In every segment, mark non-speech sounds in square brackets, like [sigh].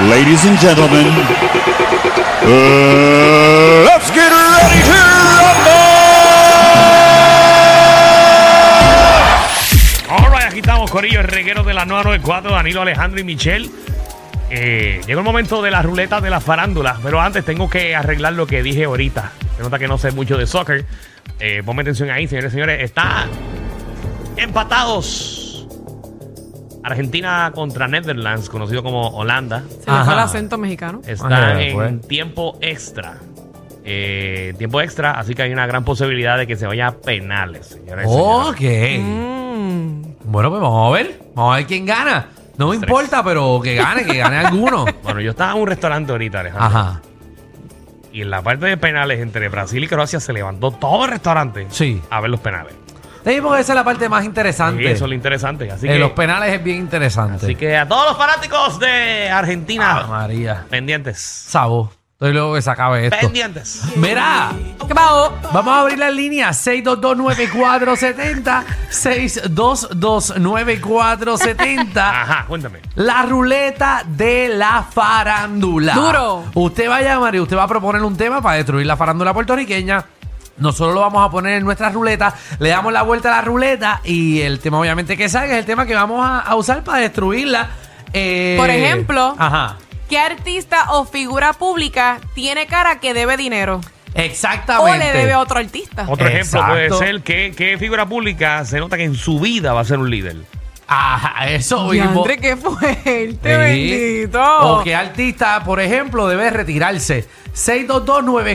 Ladies and gentlemen, uh, let's get ready to rumble! All right, aquí estamos, Corillo, el reguero de la 994, Danilo Alejandro y Michelle. Eh, llegó el momento de las ruletas de las farándulas, pero antes tengo que arreglar lo que dije ahorita. Se nota que no sé mucho de soccer. Eh, ponme atención ahí, señores y señores. Está empatados. Argentina contra Netherlands, conocido como Holanda. Se me fue el acento mexicano. Están Ajá, Ah, pues. en tiempo extra. Eh, tiempo extra, así que hay una gran posibilidad de que se vaya a penales, señores. y señores. Ok. Mm. Bueno, pues vamos a ver. Vamos a ver quién gana. No me Tres. importa, pero que gane, que gane [laughs] alguno. Bueno, yo estaba en un restaurante ahorita, Alejandro. Ajá. Y en la parte de penales entre Brasil y Croacia se levantó todo el restaurante Sí. a ver los penales. Sí, porque esa es la parte más Y interesante. eso es lo interesante. Así Eh, que, Los penales es bien interesante. así que a todos los fanáticos de Ah, Argentina, María. pendientes. Sabo. Estoy luego que se acabe esto. Pendientes. Mira, ¿Qué pasó? vamos a abrir las líneas 6229470, 6229470. Ajá, cuéntame. La ruleta de la farándula. Duro. Usted va a llamar y usted va a proponer un tema para destruir la farándula puertorriqueña. Nosotros lo vamos a poner en nuestra ruleta, le damos la vuelta a la ruleta y el tema obviamente que salga es el tema que vamos a, a usar para destruirla. Eh, Por ejemplo. Ajá. ¿Qué artista o figura pública tiene cara que debe dinero? O Exactamente. le debe a otro artista. Otro ejemplo puede Exacto. ser que, que figura pública se nota que en su vida va a ser un líder. Ajá, eso Y mismo. André, qué fuerte, Sí. bendito. O qué artista, por ejemplo, debe retirarse.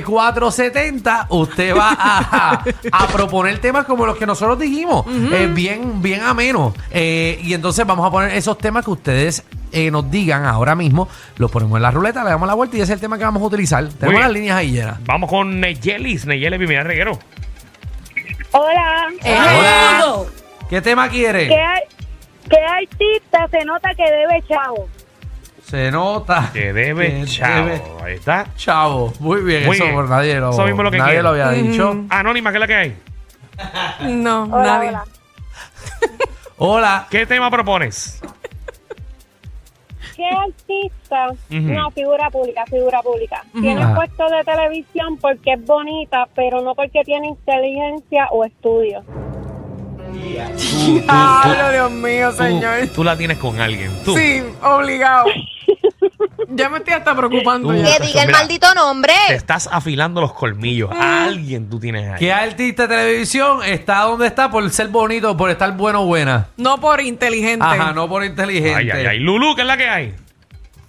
6229470, usted va a, a proponer temas como los que nosotros dijimos, eh, bien, bien ameno. Eh, y entonces vamos a poner esos temas que ustedes eh, nos digan ahora mismo, los ponemos en la ruleta, le damos la vuelta y ese es el tema que vamos a utilizar. Tenemos bien. las líneas ahí llenas. Vamos con Neyelis. Neyelis, bienvenida reguero. Hola, Eh, Hola. ¿Qué tema ¿qué, quiere? ar- qué artista se nota que debe chavo? Se nota. Que debe, Que chao. debe- Ahí está. Chavo, muy bien, Muy eso bien. por nadie lo, Eso mismo lo que nadie quiero. lo había dicho. Anónima, ¿qué es la que hay? No, Hola, nadie. hola. Hola, ¿Qué tema propones? ¿Qué artista, Ujú. no, figura pública, figura pública, tiene Ajá. puesto de televisión porque es bonita, pero no porque tiene inteligencia o estudio? Diablo, Dios mío, Tú- señor. Tú, la tienes con alguien. Tú. Sí, [laughs] obligado. ya me estoy hasta preocupando Tú. ya. Que diga el Mira. maldito nombre. Eh. Te estás afilando los colmillos. Mm. A alguien tú tienes ahí. ¿Qué artista de televisión está donde está por ser bonito, por estar bueno o buena? No por inteligente. Ajá, no por inteligente. Ay, ay, ay. Lulu, ¿qué es la que hay? Eh,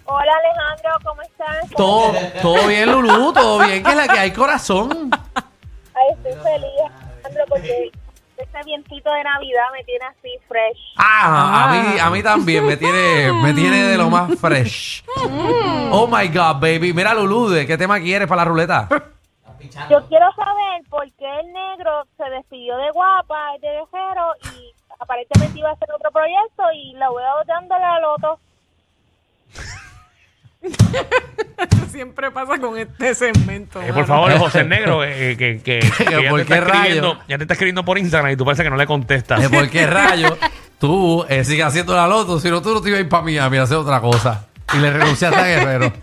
Hola Alejandro, ¿cómo estás? Todo, todo bien, Lulú, todo bien, que es la que hay corazón. Ay, estoy feliz, Alejandro, porque este vientito de Navidad me tiene así fresh. Ah, a mí, a mí también me tiene, me tiene de lo más fresh. Oh my God, baby. Mira, Lulú, ¿de qué tema quieres para la ruleta? Yo quiero saber por qué el negro se despidió de guapa, de viajero, y aparentemente iba a hacer otro proyecto y lo veo dándole al otro. Siempre pasa con este segmento. Eh, mano. por favor, José Negro, eh, que, [laughs] que, que ya, ¿Por te está qué rayo? escribiendo, ya te está escribiendo por Instagram y tú parece que no le contestas. ¿De por qué rayo tú eh, sigues haciendo la loto? Si no, tú no te ibas a ir para Miami a hacer otra cosa. Y le renunciaste a Guerrero.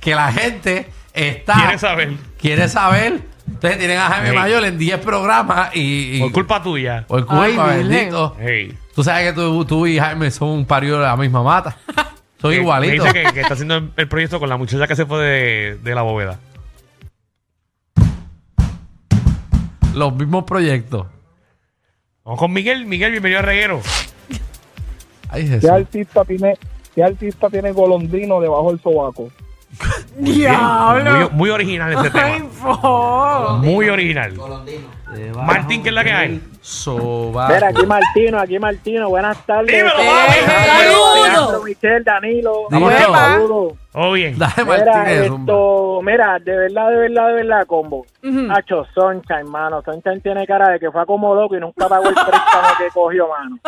Que la gente está... Quiere saber. ¿Quieres saber? Ustedes tienen a Jaime Sí. Mayor en 10 programas y... y- Por culpa tuya. por culpa, Ay, Virgen. bendito. Hey. Tú sabes que tú, tú y Jaime son un pario de la misma mata. [laughs] Son Eh, igualitos. Me dice que, que está haciendo el, el proyecto con la muchacha que se fue de, de la bóveda. Los mismos proyectos. Vamos con Miguel. Miguel, bienvenido a Reguero. Ay, ¿Qué Jesús. artista tiene, qué artista tiene golondrino debajo del sobaco? Muy bien. Muy, muy original este ¡Ay, tema. Ah, po! Muy original. Martín, ¿qué es la que hay? Soba. Mira, aquí Martino, aquí Martino, buenas Eh, tardes. Dímelo, papi. Alejandro, Michelle, Danilo, Dímelo. saludos. Todo bien. [laughs] Dale, Mira, Martínez. zumba. esto, mira, de verdad, de verdad, de verdad, combo. Nacho, Sunshine, mano. Sunshine tiene cara de que fue como loco y nunca pagó el préstamo que cogió, mano.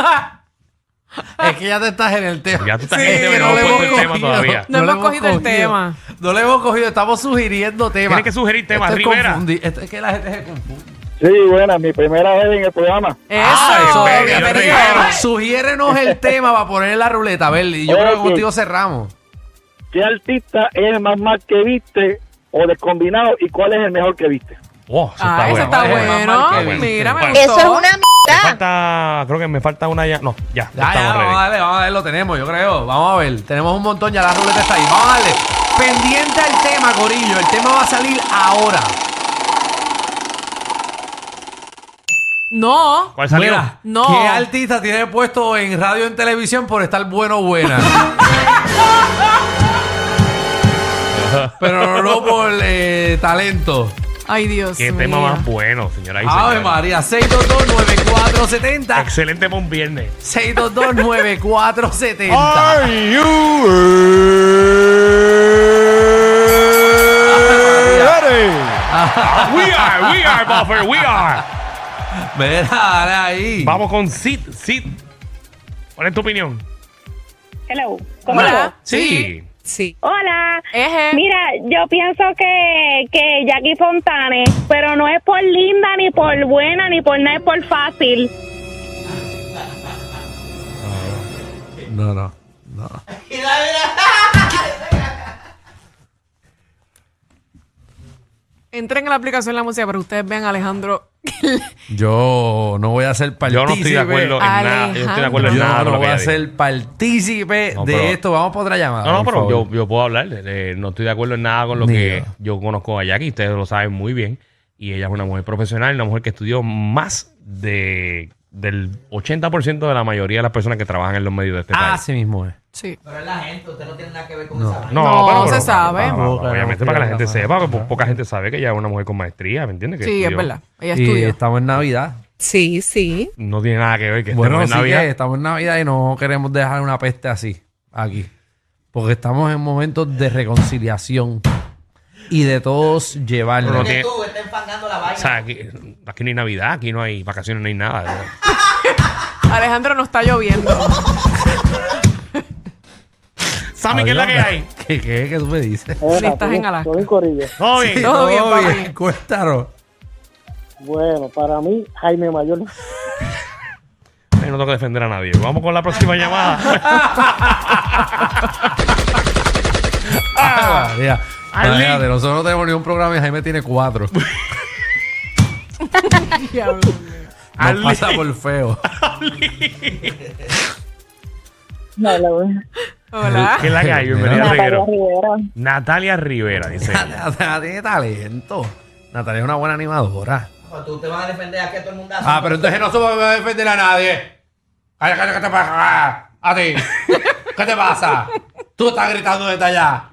Es que ya te estás en el tema. Ya tú estás Sí, en el tema, que no hemos puesto el tema todavía. No le hemos cogido el tema. No le hemos cogido, estamos sugiriendo temas. Tienes que sugerir temas, Esto es Rivera. confundi- esto es que la gente se confunde. Sí, buena, mi primera vez en el programa. Eso, eso, eso, bien, bienvenido. bien. Sugiérenos el tema para poner en la ruleta, a ver, y yo Ok. creo que contigo cerramos. ¿Qué artista es el más mal que viste o descombinado y cuál es el mejor que viste? Oh, eso Ah, eso está Vamos a dejar más bueno. que veinte. Mira, me Bueno. gustó. Eso es una Me mierda. falta, creo que me falta una ya. No, ya. Ya, ya, estamos ready. vamos a darle, vamos a ver, lo tenemos, yo creo. Vamos a ver, tenemos un montón, ya la ruleta está ahí. Vamos a darle. Pendiente al tema, Corillo. El tema va a salir ahora. No. ¿Cuál salió? Mira, No. ¿Qué artista tiene puesto en radio y en televisión por estar bueno [laughs] o buena? Pero no por eh, talento. Ay, Dios Qué mío. tema más bueno, señora. y Ave señores. María, 622-9470. Excelente para un viernes. [laughs] 622-9470. Ah. Are you ready? Ah, We are, we are, Buffer, we are. Mira, dale ahí. Vamos con Sid, Sid. ¿Cuál es tu opinión? Hello. ¿Cómo Hola. Sí. Sí. Hola. Eje. Mira, yo pienso que, que Jackie Fontane, pero no es por linda, ni por buena, ni por nada, es por fácil. No, no, no. Entren en la aplicación la música para que ustedes vean a Alejandro. Yo no voy a ser partícipe. Yo no estoy de acuerdo en nada. Yo no estoy de acuerdo en Yo nada. de lo no que voy a ella dijo. ser partícipe No, pero- de esto. Vamos por otra llamada. No, no, por pero favor. yo, yo puedo hablar. eh, no estoy de acuerdo en nada con lo Ni que yo. yo conozco a Jackie. Ustedes lo saben muy bien. Y ella es una mujer profesional, una mujer que estudió más de, del 80% de la mayoría de las personas que trabajan en los medios de este Ah, país. sí mismo es. Sí. No, No, pero- se pero- sabe. no, no, Boca, obviamente no, para que la gente no, sepa, no, porque no. poca gente sabe que ella es una mujer con maestría, ¿me entiendes? Que Sí, es estudió. verdad. Ella Y estudia. estamos en Navidad. Sí, sí. Este No tiene nada que ver que estemos Bueno, en sí Navidad. que estamos en Navidad y no queremos dejar una peste así aquí. Porque estamos en momentos de reconciliación y de todos Pero llevarnos. no tiene- O sea, aquí, aquí no hay Navidad, aquí no hay vacaciones, no hay nada. ¿verdad? Alejandro no está lloviendo. Sammy, ¿qué es la que hay? [laughs] ¿Qué, qué, qué tú me dices? Listas en Alaska. Soy un corillo. Todo bien. Todo bien, Todo papi. bien, cuéntanos. Bueno, para mí, Jaime Mayor. Ay, No tengo que defender a nadie. Vamos con la próxima llamada. Ah, María. Arlene. Imagínate, nosotros no tenemos ni un programa y Jaime tiene [laughs] cuatro. [laughs] Diablo. Nos pasa por [laughs] feo. Hola. ¿Qué es la que hay? Bienvenida Mira. al reguero. Rivera. Natalia Rivera, dice. ella. Natalia tiene talento. Natalia es una buena animadora. tú te vas a defender a que todo el mundo Ah, pero entonces no somos a defender a nadie. Ay, ¿qué- ¿Qué te pasa? Ah, A [laughs] ti. ¿Qué te pasa? Tú estás gritando desde allá.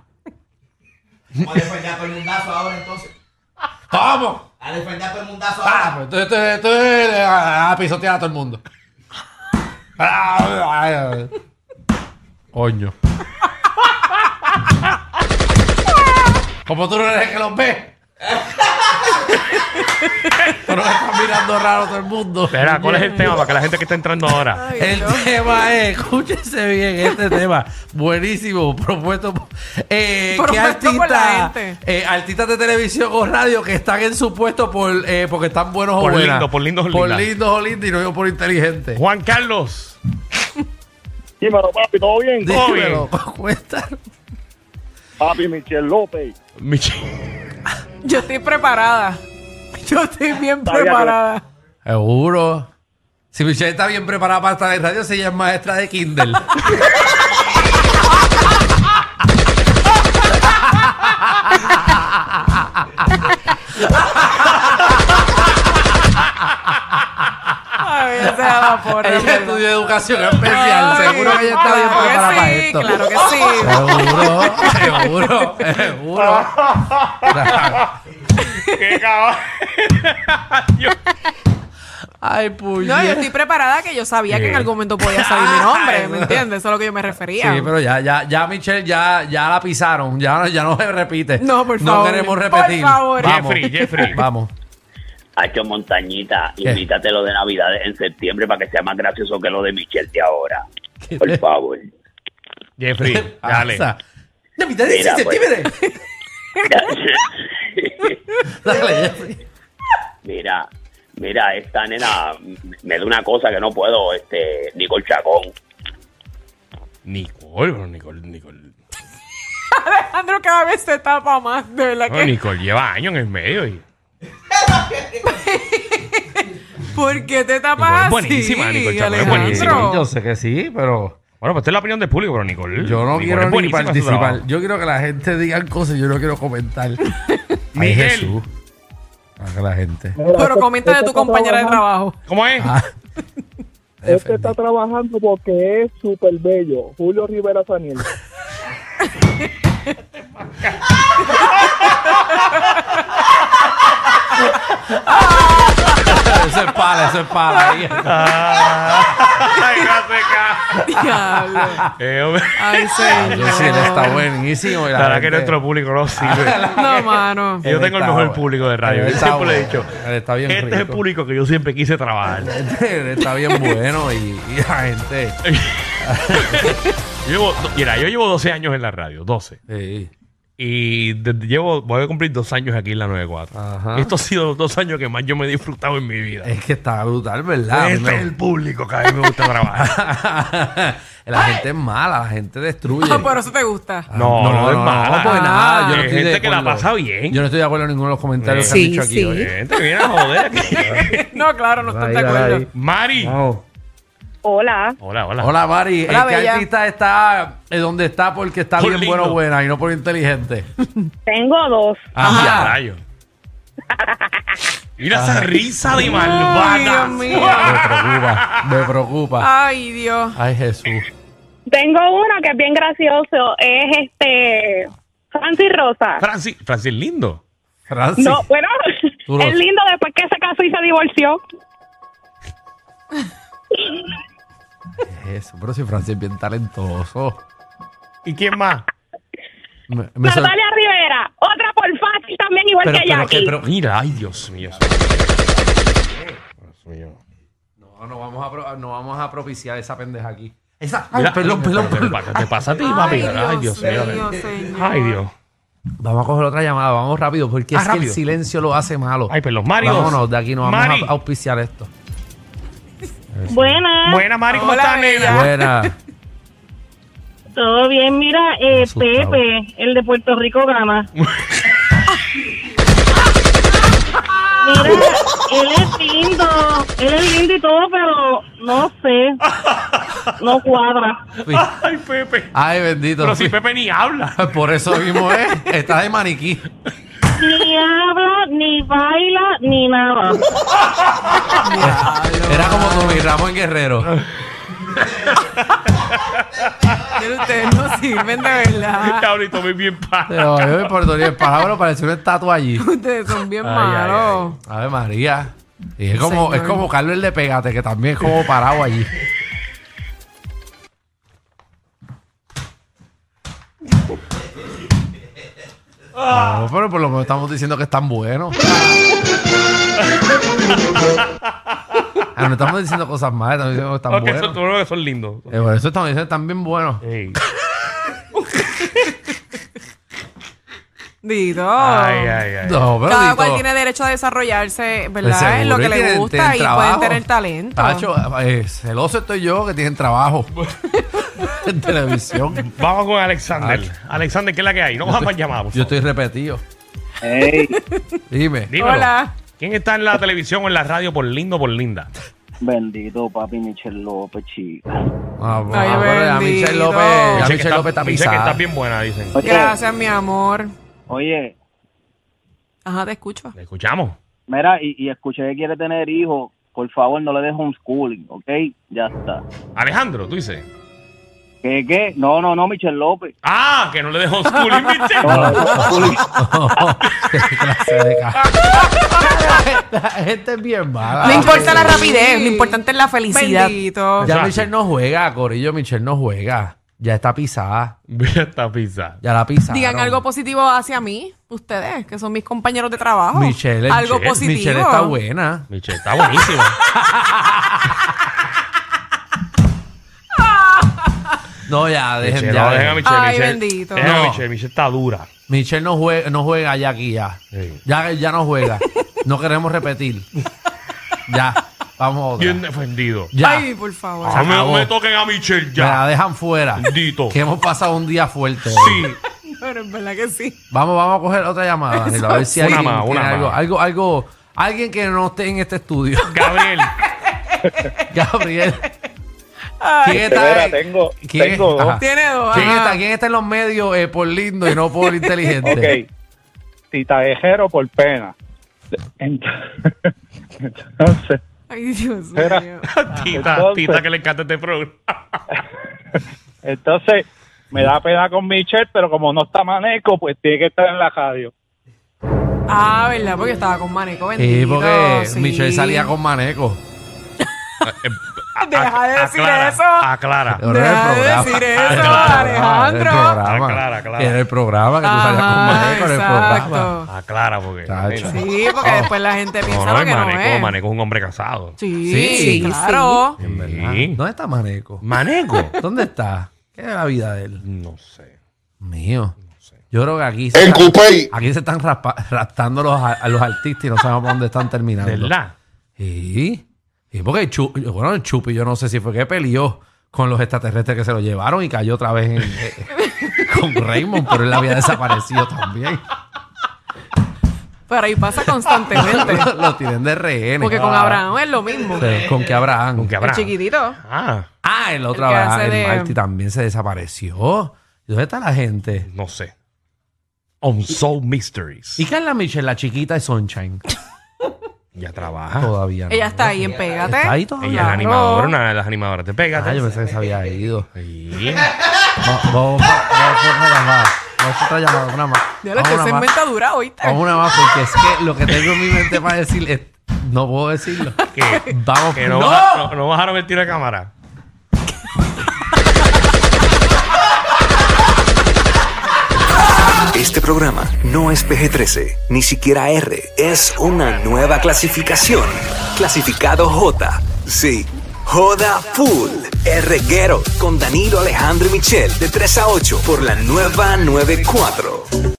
Vamos a defender Ah, a todo el mundazo ahora entonces. ¿Cómo? A defender a todo el mundazo ahora. entonces, Ah, pues, entonces, entonces, eh, a, a pisotear a todo el mundo. [laughs] Ah, ay, ay. Coño. Como tú no eres el que los ve. Tú no estás mirando raro todo el mundo. Espera, ¿cuál es el tema para que la gente que está entrando ahora? Ay, El Dios. tema es, escúchese bien este tema, buenísimo, propuesto. por- Eh, ¿Qué Propuesto por la artistas gente. eh, artistas de televisión o radio que están en su puesto por, eh, porque están buenos Por o buenas? lindo, por lindos o Por lindas. lindos o lindas y no yo por inteligente. Juan Carlos. Dímelo, papi, ¿todo bien? Todo Dímelo, cuenta. Papi, Michelle López. Michelle. Yo estoy preparada. Yo estoy bien Sabía que- preparada. Seguro. Si Michelle está bien preparada para estar en radio, si ella es maestra de Kindle. [laughs] Ay, o sea, preparada por Ella estudió educación especial. Ay, seguro que ella está bien claro que preparada para sí, esto. claro que sí. Seguro, seguro, seguro. [laughs] [laughs] ¡Qué cabrón! Ay, puñe. No, yo estoy preparada que yo sabía que en Sí. algún momento podía salir mi nombre, ¿me entiendes? Eso es a lo que yo me refería. Sí, pero ya, ya, ya Michelle, ya, ya la pisaron. Ya, no- ya no se repite. No, por No favor. queremos Por repetir. favor. Vamos. Jeffrey, Jeffrey. Vamos. Hacho Montañita, ¿Qué? invítate lo de Navidad en septiembre para que sea más gracioso que lo de Michelle de ahora. Por favor. Jeffrey, dale. [laughs] Pasa. Navidad de Mira, pues. septiembre. [laughs] Dale, Jeffrey. mira, mira, esta nena m- me da una cosa que no puedo, este, Nicole Chacón. Nicole, pero Nicole, Nicole. Alejandro cada vez se tapa más, de verdad No, que. Nicole lleva años en el medio. Y... ¿Por qué te Nicole tapas es así? buenísima, Nicole Chacón, es Alejandro? buenísima. Yo sé que sí, pero Bueno, pues esta es la opinión del público, pero Nicole. yo no Nicole es quiero ni buenísima en su participar. trabajo. Yo quiero que la gente diga cosas, yo no quiero [laughs] comentar. Ay, Miguel. Jesús. Haga la gente. [laughs] Pero comenta de tu compañera de trabajo. ¿Cómo es? Ah. Este está trabajando porque es súper bello. Julio Rivera Saniel. Eso es pala, eso es pala. Ahí está. [laughs] [laughs] Ay, gracias, Diablo. eh, hombre. Ay, señor. Yo sí, él está buenísimo. y La verdad que Ah, gente- nuestro público no sirve. No, mano. Yo Él tengo el está mejor bueno. público de radio. Él Yo está siempre le he bueno. dicho. Él está bien este es el rico. público que yo siempre quise trabajar. [laughs] Él está bien bueno y, y la gente. Yo llevo, mira, yo llevo 12 años en la radio, 12. Sí. Y desde- llevo, voy a cumplir dos años aquí en la 94. Ajá. Estos han sido los dos años que más yo me he disfrutado en mi vida. Es que está brutal, ¿verdad? este es No. el público que a mí me gusta trabajar. [laughs] la gente es mala, la gente destruye. Ah, Por eso te gusta. [laughs] Ah, No, no, es mala. No, pues nada, yo no Ah, Hay estoy de gente que la acuerdo. pasa bien. Yo no estoy de acuerdo en ninguno de los comentarios que Sí, han dicho aquí. sí. oye. Gente, viene a joder [laughs] aquí. No, claro, no estoy de Ahí, acuerdo. ahí. Mari. Vamos. Hola. Hola, hola. Hola, Mari. Hola, ¿El que bella. artista está eh, donde está porque está Por bien lindo. bueno o buena y no por inteligente? Tengo dos. Ah, Ajá. ya, rayo. Mira esa risa de Ay, Dios malvada. [laughs] mío. Me preocupa, me preocupa. Ay, Dios. Ay, Jesús. Tengo uno que es bien gracioso. Es este. Francis [laughs] Rosa. Francis, Francis lindo. Francis. No, bueno, Tú lo- es lindo después que se casó y se divorció. Jesús, pero si Francis es bien talentoso. ¿Y quién más? Me- me sor- Natalia Rivera. Otra por fácil también, igual Pero- que pero Jackie. que- pero- Mira, ay, Dios mío. No, no vamos, a pro- no vamos a propiciar esa pendeja aquí. Esa, ay, Mira, perdón, pero perdón, te perdón. pa- Te pasa a ti, papi. Ay, Dios mío. señor. Ay, Dios. Vamos a coger otra llamada, vamos rápido, porque Ah, es que rápido. el silencio lo hace malo. Ay, pues, perdón. Mari. dos. Vámonos, de aquí no vamos Mari. a auspiciar esto. Buenas. Buena, Mari, ¿cómo Hola, estás, bella. nena? [laughs] Buena. Todo bien, mira, eh, Asustado. Pepe, el de Puerto Rico gana. Mira, él es lindo, él es lindo y todo, pero no sé, no cuadra. Ay, Pepe. Ay, bendito. Pero si Pepe ni habla. [laughs] Por eso mismo es. Está de maniquí. Ni habla, ni baila, ni nada. Era como Tommy [laughs] Ramón Guerrero. Pero ustedes no sirven de verdad. Ahorita muy bien para. Pero yo me porto bien. Palabra parece una estatua allí. Ustedes son bien Ay, malos. A ver, María. Y es como, es Señor. como Carlos el de Pégate, que también es como parado allí. No, pero por lo menos estamos diciendo que están buenos. Ah, no estamos diciendo cosas malas, estamos diciendo que están Ok, buenos. son, tú creo que son lindos. Eh, por eso estamos diciendo que están bien buenos. Ey. Dito. Ay, Ah. ay, ay. No, pero Cada Dito, cual tiene derecho a desarrollarse, pues ¿verdad? En seguro, lo y que le tienen- gusta tienen y trabajo. pueden tener talento. Tacho, eh, celoso estoy yo que tienen trabajo. [laughs] en televisión. Vamos con Alexander. Alexander, ¿qué es la que hay? No vamos a llamar, por Yo favor. estoy repetido. Dime. Dímelo. Hola. ¿Quién está en la televisión o en la radio por lindo o por linda? Bendito papi Michelle López, chica. Ah, bueno, Ay, pero ya bendito. Michelle López. ya Dice que Michelle López está dice que pisada. está bien buena, dicen. Gracias, mi amor. Oye, Ajá, te escucho. ¿La escuchamos? mira, y, escuché que quiere tener hijos. por favor no le des homeschooling, ¿ok? Ya está. Alejandro, tú dices. ¿Qué, qué? No, no, no, Michel López. Ah, que no le dejó homeschooling, Michel. Ah, [laughs] La gente es bien mala. No importa la rapidez, lo importante es la felicidad. Ah, Bendito. Ya Michelle no juega, Corillo. Michelle no juega. Ya está pisada. Ya está pisada. Ya la pisaron. Digan algo positivo hacia mí, ustedes, que son mis compañeros de trabajo. Michelle, algo Michelle- positivo. Michelle está buena. Michelle está buenísima. No, ya, dejen, Michelle, ya, no, dejen. dejen a Michelle. Ay, Michelle. bendito. Dejen a No. Michelle. Michelle está dura. Michelle no juega, no juega ya aquí ya. Sí. Ya, ya no juega. No queremos repetir. ya, vamos a otra. Bien defendido. Ya. Ay, por favor. Se No me, acabó. me toquen a Michelle Me la ya. dejan fuera. Bendito. Que hemos pasado un día fuerte. hoy. Sí. Pero es verdad que sí. Vamos, vamos a coger otra llamada, Danilo, A ver si Una alguien más, una tiene algo, más. algo, algo, alguien que no esté en este [laughs] estudio. [laughs] Gabriel. Gabriel. ¿Quién De veras, está, tengo, ¿Quién es? tengo dos. Ajá. Tiene dos. Ah. ¿Quién ajá. está, quién está en los medios eh, por lindo y no [laughs] por inteligente? Ok. Titajero por pena. Ent- [laughs] Entonces, Ay, Dios Espera. mío. Tita, Entonces- Tita que le encanta este programa. entonces, me da pena con Michelle, pero como no está maneco, pues tiene que estar en la radio. Ah, verdad, porque estaba con Maneco. Sí, Bendito, porque sí. Michelle salía con Maneco. Deja de decir Eh, aclara, eso. Aclara. Pero no era el Deja de programa. decir [laughs] Ah, claro, eso, Alejandro. era el programa. Aclara, aclara. Era el programa que tú salías con Ajá, Maneco, era el exacto. programa. Oh. Aclara porque. Mira. Chacho. Sí, porque después la gente No, piensa no, lo es que Maneco. no es. Maneco es un hombre casado. Sí, Sí, claro. En verdad. Ah, ¿Dónde está Maneco? ¿Maneco? ¿Dónde está? ¿Qué es la vida de él? No sé. Mío. Yo creo que aquí se, En están- Coupey. aquí se están raspa- raptando los, a, a los artistas y no sabemos por dónde están terminando. ¿Verdad? Sí. Sí, porque el Chu- bueno, el Chupi, yo no sé si fue que peleó con los extraterrestres que se lo llevaron y cayó otra vez en- eh, con Raymond, pero él había desaparecido también. Pero ahí pasa [laughs] constantemente. lo, lo tienen de rehenes. porque con Abraham es lo mismo. Sí, ¿Con qué Abraham? ¿Con qué El habrá? chiquitito. Ah, Ah, el otro El que Abraham, hace el de- Marty también se desapareció. ¿Y ¿Dónde está la gente? no sé. On Soul Mysteries. ¿Y qué es la Michelle, la chiquita de [laughs] Sunshine? Ya trabaja. Todavía no. Ella está ahí en Pégate. Está ahí todavía. Ella es la Claro. animadora, una de las animadoras de Pégate. Ah, yo pensé que se había ido. [laughs] Sí. Va- Vamos pa- vamos por otra llamada. Vamos por otra llamada, una más. Ya lo Vamos que una se más. inventa este dura ahorita. Vamos una más, porque es que lo que tengo en mi mente para decir es... No puedo [laughs] decirlo. ¿Qué? Vamos. Que no, ¡No! baja- no- no bajaron el tiro de cámara. Este programa no es PG-13, ni siquiera R. Es una nueva clasificación. Clasificado J. Sí. Joda Full. El reguero con Danilo Alejandro y Michel de 3 a 8 por la nueva 94.